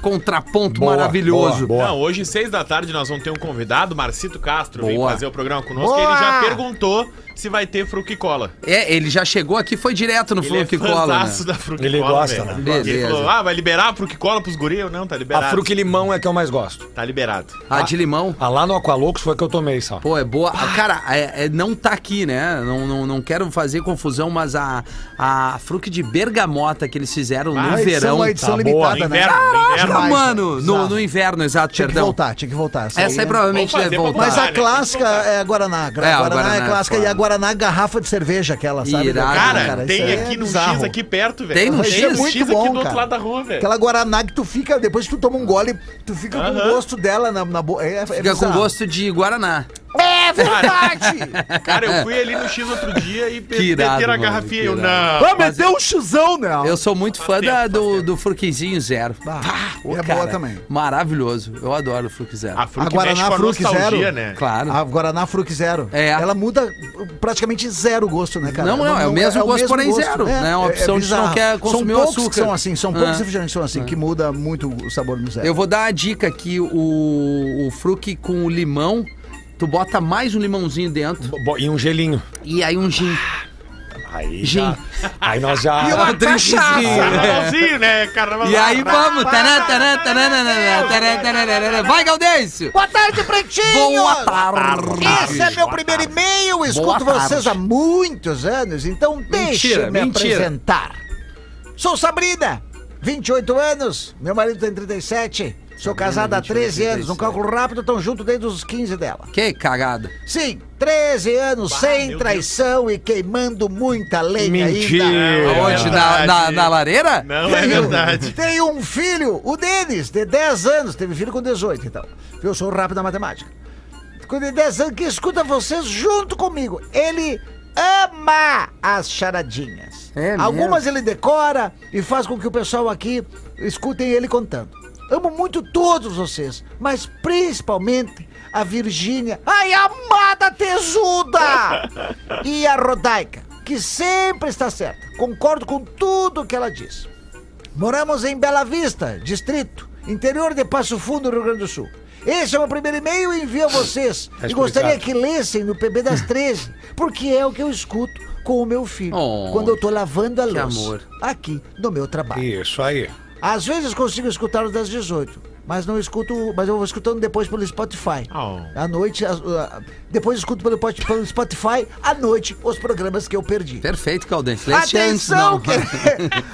contraponto
Boa,
maravilhoso.
boa,
Não, hoje, seis da tarde, nós vamos ter um convidado, Marcito Castro, vem
Boa.
fazer o programa conosco.
Boa.
Ele já perguntou se vai ter fruque cola.
É, ele já chegou aqui, foi direto no
Ele é
Fruque Cola.
fanzaço
Né?
da fruque
Ele
cola,
gosta,
velho.
né?
Ele
Beleza.
falou, ah, vai liberar a fruque cola pros guri? Eu, não, tá liberado.
A fruque limão é que eu mais gosto.
Tá liberado.
A Ah, de limão.
A lá no Aqualocos foi a que eu tomei, só.
Pô, é boa. Ah, Cara, é, é- não tá aqui, né? Não, não, não quero fazer confusão, mas a, a fruque de bergamota que eles fizeram
Ah,
no
A edição,
verão.
a é edição
Tá boa,
limitada,
No
né?
inverno, no
Ah,
inverno.
demais,
mano, no,
bizarro.
no inverno, exato,
Tinha que
perdão.
voltar, tinha que voltar.
Essa aí
né?
provavelmente
Vamos
deve
fazer pra
voltar.
Mas
Ah,
a
né?
clássica é Guaraná. Gra-
É, o
Guaraná,
Guaraná é
é clássica
foda.
e a Guaraná garrafa de cerveja, aquela, sabe?
Irado,
Cara,
cara,
isso
tem
aí
aqui
é
no X
bizarro.
aqui perto, velho. é
Tem no
X,
X?
no
Muito
X aqui
bom,
do outro
cara.
lado da rua, velho.
Aquela Guaraná que tu fica, depois que tu toma um gole, tu fica com
Aham.
o gosto dela na, na boca. É, é
Fica com
bizarro.
gosto de Guaraná.
É verdade!
Cara, eu fui ali no X outro dia e pe-
Que irado,
meteram a
mano,
garrafinha.
que
Eu,
irado.
não.
Ah,
Vamos meter um xizão, né?
Eu sou muito fã
tempo,
da-
faz
do,
tempo.
do Fruquizinho Zero.
é
Cara,
boa também.
Maravilhoso. Eu adoro o Fruque Zero.
A Fruc
A Guaraná
mexe com a
Fruc
nostalgia,
zero.
né?
claro.
A Guaraná Fruc Zero.
É.
Ela muda praticamente zero gosto, né, cara?
Não, não, é o mesmo gosto, porém zero, né? É uma opção de
bizarro.
não quer consumir o
são poucos
açúcar.
Que são assim, são poucos
É.
refrigerantes que são assim, que muda muito o sabor no zero.
Eu vou dar a dica que o, o fruque com o limão, tu bota mais um limãozinho dentro
Bo- E um gelinho.
e aí um gin.
Aí
Gin.
já. Aí nós já. Ah,
E uma cachaça.
Carnavalzinho, né? Carnaval.
E aí vamos. Tará, tará, tará, tará, tará, tará, tará. Vai, Gaudêncio!
Boa tarde, pretinhos!
Boa tarde!
Esse é meu primeiro e-mail, escuto
tarde.
vocês há muitos anos, então deixa eu me
mentira.
apresentar. Sou Sabrina, 28 anos, meu marido tem 37, sou casada há
28,
13 anos,
37.
um cálculo rápido, estão junto desde os 15 dela.
Que cagada.
Sim, 13 anos sem
meu
traição e queimando muita lenha
Mentira.
ainda.
É
Aonde? Na,
verdade.
na, na lareira?
Não, é verdade.
Tem um filho, o Denis, de 10 anos. Teve filho com 18, então. Eu sou rápido na matemática. Com de 10 anos, que escuta vocês junto comigo. Ele ama as charadinhas.
É mesmo?
Algumas ele decora e faz com que o pessoal aqui escutem ele contando. Amo muito todos vocês, mas principalmente a Virgínia, ai amada tesuda! e a Rodaica, que sempre está certa. Concordo com tudo que ela diz. Moramos em Bela Vista, distrito, interior de Passo Fundo, Rio Grande do Sul. Esse é o meu primeiro e-mail e envio a vocês.
Tá
e gostaria que lessem no PB das 13, porque é o que eu escuto com o meu filho
Oh,
quando eu tô lavando a
que
louça
amor.
aqui no meu trabalho.
Isso aí.
Às vezes consigo escutar os das 18, mas não escuto, mas eu vou escutando depois pelo Spotify.
Oh.
À noite, as- ah, depois escuto pelo, pot- pelo Spotify, à noite, os programas que eu perdi.
Perfeito, Gaudêncio. Lê esse antes,
Atenção
não.
que,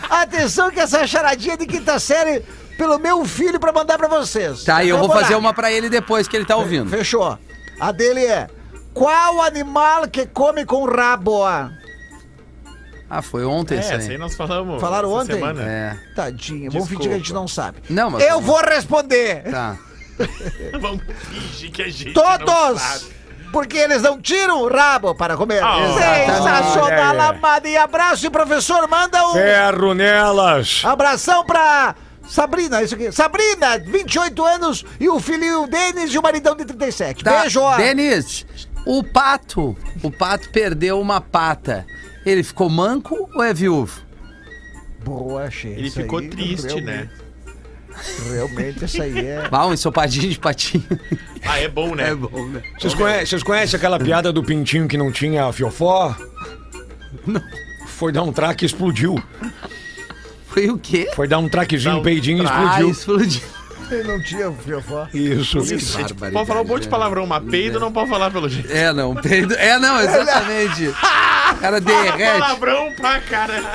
atenção que essa charadinha de quinta série pelo meu filho pra mandar pra vocês.
Tá, e eu vou
Vamos lá.
fazer uma pra ele depois que ele tá ouvindo.
Fechou. A dele é: Qual animal que come com rabo?
É. Ah, foi ontem
É,
isso
essa aí
aí.
nós falamos.
Falaram
essa
ontem?
Semana.
É,
Tadinha,
Desculpa.
Ah, vamos fingir que a gente não sabe.
Não, mas-
eu vou responder.
tá.
Vamos fingir que a gente. não
um
Todos!
sabe.
Porque eles não tiram o rabo para comer.
Ah,
Sensacional,
olha aí.
amada. E abraço, e professor, manda um
Ferro nelas.
abração pra Sabrina, isso aqui. Sabrina, 28 anos, e o filhinho Denis e o maridão de 37.
Tá,
Beijo, ó.
Denis, o pato, o pato perdeu uma pata. Ele ficou manco ou é viúvo?
Boa, achei.
Ele
isso
ficou
aí,
triste, né?
realmente, Realmente, isso aí é.
Vá, um ensopadinho de patinho.
Ah, é bom, né?
bom, né?
Vocês conhecem, vocês conhecem aquela piada do pintinho que não tinha fiofó? Foi dar um traque e explodiu.
Foi o quê?
Foi dar um traquezinho,
Dá um
peidinho e
Ah,
explodiu.
explodiu.
Ele não tinha fiofó.
Isso.
Isso,
barbaridade,
gente, pode falar um monte de
né?
palavrão, mas peido não pode falar pelo jeito.
É, não, peido. É, não, exatamente. O cara derrete.
Palavrão pra caralho.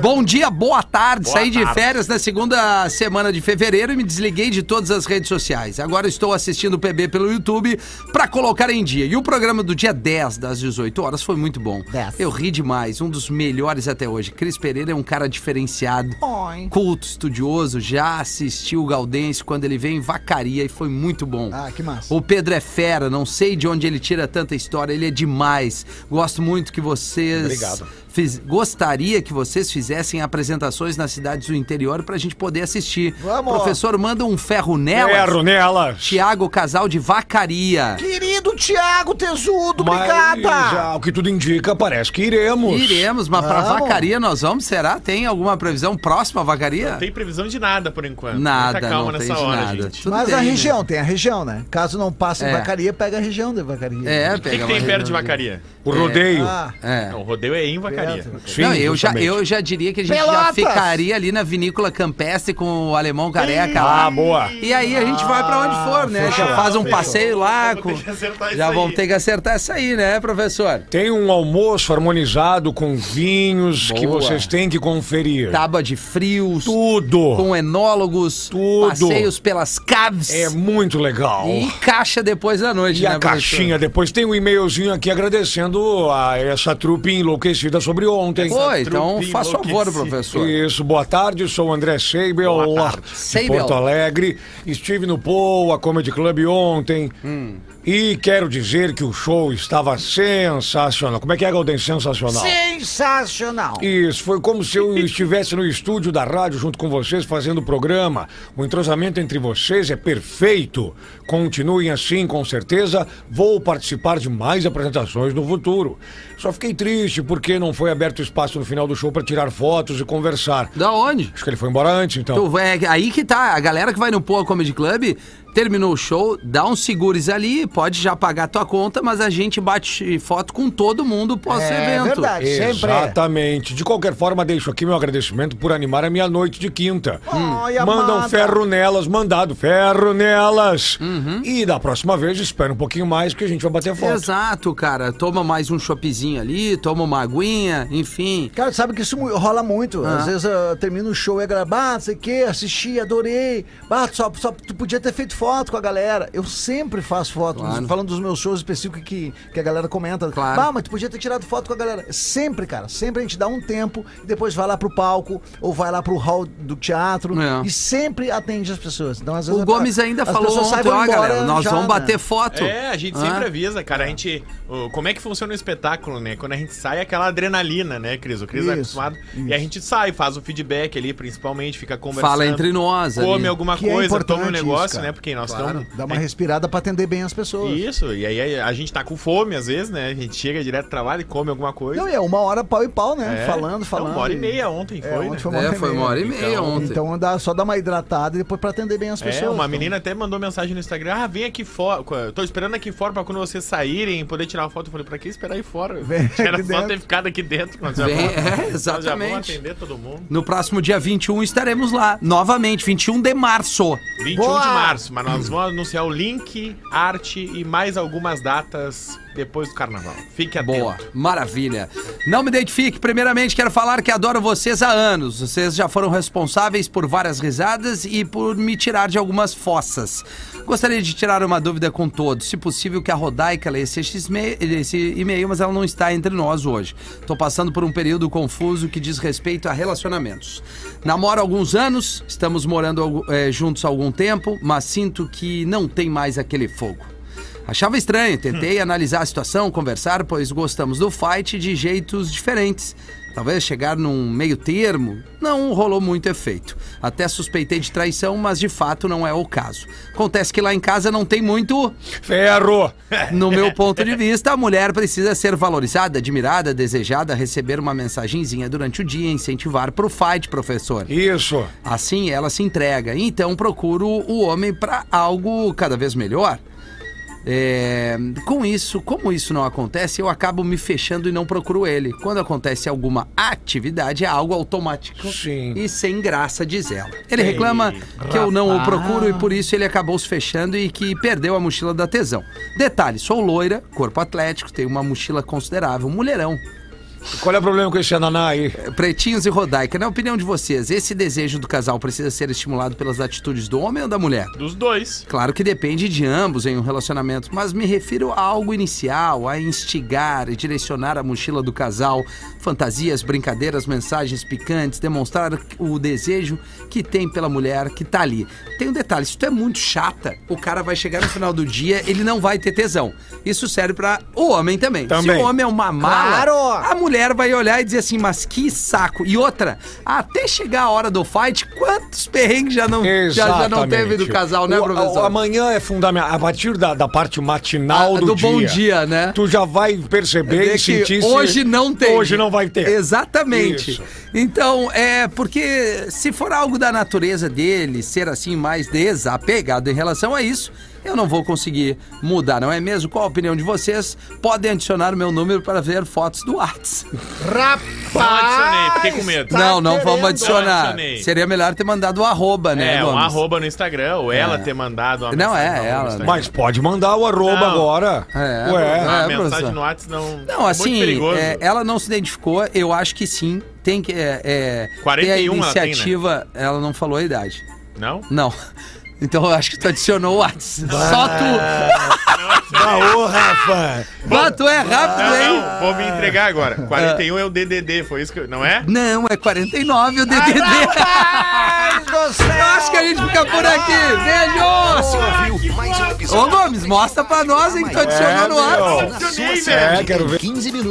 Bom dia, boa tarde.
Boa
Saí de
tarde.
férias na segunda semana de fevereiro e me desliguei de todas as redes sociais. Agora estou assistindo o PB pelo YouTube pra colocar em dia. E o programa do dia 10 das 18 horas foi muito bom.
10.
Eu ri demais, um dos melhores até hoje. Cris Pereira é um cara diferenciado.
Oi.
Culto, estudioso, já assistiu o Gaudense quando ele veio em Vacaria e foi muito bom.
Ah, que massa.
O Pedro é fera, não sei de onde ele tira tanta história, ele é demais. Gosto muito que vocês.
Obrigado.
Fiz- gostaria que vocês fizessem apresentações nas cidades do interior pra gente poder assistir.
Vamos!
Professor, manda um ferro nela.
Ferro nelas.
Tiago Casal de Vacaria.
Querido Tiago Tesudo, obrigada.
Mas, ao que tudo indica, parece que iremos.
Iremos, mas pra
Vamos.
Vacaria nós vamos, será? Tem alguma previsão próxima à Vacaria?
Não tem previsão de nada por enquanto.
Nada,
Muita calma
não tem
nessa
de
hora,
nada.
gente.
Tudo
Mas a
bem, né?
região, tem a região, né? Caso não passe em
É.
Vacaria, pega a região de Vacaria.
É,
O que,
pega
que
uma
tem perto de
região.
vacaria?
O rodeio.
Ah,
É.
Não, o rodeio é em vacaria.
Perto.
Sim,
não, eu já,
justamente.
eu já diria que a gente já
Pelotas!
ficaria ali na vinícola campestre com o alemão careca lá.
Ah, boa.
E aí a gente vai pra onde for, né? Já faz um
fechou.
passeio lá.
Vamos
com-
ter que acertar isso
Já
aí.
vão ter que acertar essa aí, né, professor?
Tem um almoço harmonizado com vinhos que
Boa.
vocês têm que conferir.
Tábua de frios,
Tudo.
com enólogos,
Tudo.
passeios pelas caves
É muito legal.
e caixa depois da noite,
E
né,
a
professor?
caixinha, depois tem um e-mailzinho aqui agradecendo a essa trupe enlouquecida sobre ontem.
Pô, então
trupe
faz favor,
enlouquecida.
professor.
Isso, boa tarde, sou o André Seibel,
Boa
lá
tarde.
de
Seibel.
Porto Alegre. Estive no Poa Comedy Club ontem. E quero dizer que o show estava sensacional. Como é que é, Golden? Sensacional.
Sensacional.
Isso, foi como se eu estivesse no estúdio da rádio junto com vocês fazendo o programa. O entrosamento entre vocês é perfeito. Continuem assim, com certeza. Vou participar de mais apresentações no futuro. Só fiquei triste porque não foi aberto espaço no final do show para tirar fotos e conversar.
Da onde?
Acho que ele foi embora antes, então.
Tu, é aí que tá, a galera que vai no Poa Comedy Club terminou o show, dá uns segures ali, pode já pagar tua conta, mas a gente bate foto com todo mundo pós-evento.
É verdade, sempre é.
Exatamente. De qualquer forma, deixo aqui meu agradecimento por animar a minha noite de quinta.
Ai,
Mandam
amada.
ferro nelas, mandado ferro nelas.
Uhum.
E da próxima vez, espera um pouquinho mais que a gente vai bater foto.
Exato, cara. Toma mais um choppzinho ali, toma uma aguinha, enfim.
Cara, sabe que isso mu- rola muito.
Ah.
Às vezes eu termino o show e é gravar, não sei o quê, assisti, adorei. Ah, só, só tu podia ter feito foto com a galera. Eu sempre faço foto,
Claro.
nos- falando dos meus shows específicos que, que a galera comenta.
Claro.
Ah, mas tu podia ter tirado foto com a galera. Sempre, cara. Sempre a gente dá um tempo e depois vai lá pro palco ou vai lá pro hall do teatro
É.
e sempre atende as pessoas. Então, às vezes,
O Gomes ainda
as
falou
pessoas saem e
ontem,
vão
ó,
embora
galera, nós
já,
vamos
né?
bater foto.
É, a gente
Hã?
sempre avisa, cara. A gente. o- Como é que funciona o espetáculo, né? Quando a gente sai, é aquela adrenalina, né, Cris? O Cris é
Isso,
acostumado. E a gente sai, faz o feedback ali, principalmente, fica conversando.
Fala entre nós ali.
é, Come alguma
Que é
coisa,
importante
toma um
isso,
negócio,
cara.
né? Porque nós
Claro,
estamos.
dá uma respirada pra atender bem as pessoas.
Isso, e aí a gente tá com fome às vezes, né? A gente chega direto do trabalho e come alguma coisa.
Não, e é uma hora pau e pau, né?
É.
Falando,
Não,
falando.
Uma hora e meia ontem foi,
É, ontem
né?
foi uma
É,
hora
foi
e meia.
uma hora e meia
Então-
ontem.
Então dá, só dá uma hidratada e depois pra atender bem as pessoas.
É, uma
então.
menina até mandou mensagem no Instagram. Ah, vem aqui fora. co- Tô esperando aqui fora pra quando vocês saírem poder tirar uma foto. Eu falei, pra que esperar aí fora?
Vem
Era
aqui
só
dentro.
ter ficado aqui dentro. Nós
Vem-
vamos-
é,
nós vamos
exatamente.
atender todo mundo.
No próximo dia 21 estaremos lá, novamente, 21 de março.
21 de março, mas nós vamos anunciar o link, arte e mais algumas datas depois do carnaval. Fique atento.
Boa, maravilha. Não me identifique. Primeiramente, quero falar que adoro vocês há anos. Vocês já foram responsáveis por várias risadas e por me tirar de algumas fossas. Gostaria de tirar uma dúvida com todos. Se possível, que a Rodaica lesse esse esme- esse e-mail, mas ela não está entre nós hoje. Tô passando por um período confuso que diz respeito a relacionamentos. Namoro há alguns anos, estamos morando algu- eh, juntos há algum tempo, mas sinto que não tem mais aquele fogo. Achava estranho, tentei analisar a situação, conversar, pois gostamos do fight de jeitos diferentes. Talvez chegar num meio termo não rolou muito efeito. Até suspeitei de traição, mas de fato não é o caso. Acontece que lá em casa não tem muito.
Ferro!
No meu ponto de vista, a mulher precisa ser valorizada, admirada, desejada, receber uma mensagenzinha durante o dia, incentivar pro fight, professor.
Isso.
Assim ela se entrega. Então procuro o homem para algo cada vez melhor. É, com isso, como isso não acontece, eu acabo me fechando e não procuro ele. Quando acontece alguma atividade, é algo automático
Sim.
e sem graça, diz ela. Ele reclama que eu não o procuro e por isso ele acabou se fechando e que perdeu a mochila da tesão. Detalhe: sou loira, corpo atlético, tenho uma mochila considerável, mulherão.
Qual é o problema com esse ananá aí?
Pretinhos e Rodaica, na opinião de vocês, esse desejo do casal precisa ser estimulado pelas atitudes do homem ou da mulher?
Dos dois.
Claro que depende de ambos em um relacionamento, mas me refiro a algo inicial, a instigar e direcionar a mochila do casal, fantasias, brincadeiras, mensagens picantes, demonstrar o desejo que tem pela mulher que tá ali. Tem um detalhe, se tu é muito chata, o cara vai chegar no final do dia, ele não vai ter tesão. Isso serve pra o homem também.
Também.
Se o homem é uma mala,
Claro!
a mulher vai olhar e dizer assim, mas que saco. E outra, até chegar a hora do fight, quantos perrengues já não, já, já não teve do casal, né,
O-
professor?
o- amanhã é fundamental. A partir da, da parte matinal
Ah,
do,
do
dia.
bom dia, né?
Tu já vai perceber
Vê
e sentir
que
se-
hoje não tem.
Hoje não vai ter.
Exatamente.
Isso.
Então, é porque se for algo da natureza dele ser assim mais desapegado em relação a isso, eu não vou conseguir mudar, não é mesmo? Qual a opinião de vocês? Podem adicionar o meu número para ver fotos do Whats.
Não adicionei, fiquei com medo.
tá
não, não vamos adicionar.
adicionei.
Seria melhor ter mandado o arroba, né,
Tá, É, um
Gomes?
arroba no Instagram, ou ela ter mandado uma
É. Não,
mensagem
é
no
ela,
Instagram.
né?
Mas pode mandar o arroba
Não.
agora.
É.
Ué.
Ah,
É,
mensagem
professor.
no WhatsApp não. é
Não, assim,
Muito perigoso.
é, ela não se identificou, eu acho que sim. Tem que. É, é,
41
ter a
ela tem, né?
iniciativa. Ela, não falou a idade.
Não?
Não. Então eu acho que tu adicionou o WhatsApp. Só tu.
Ah, ô, Rafa.
Bah, tu é rápido,
Não,
hein?
não, vou me entregar agora. 41 é o DDD, foi isso que. eu- Não é?
Não, é 49 o DDD.
Mas do céu.
Eu acho que a gente fica por aqui. Beijo!
Você ouviu mais um
Ô
episódio.
Gomes, mostra pra nós, hein, que tu
É,
adicionou no
meu.
ar.
Na sua
Adicionei,
cidade
velho. É, Quero
em
ver.
15 minutos.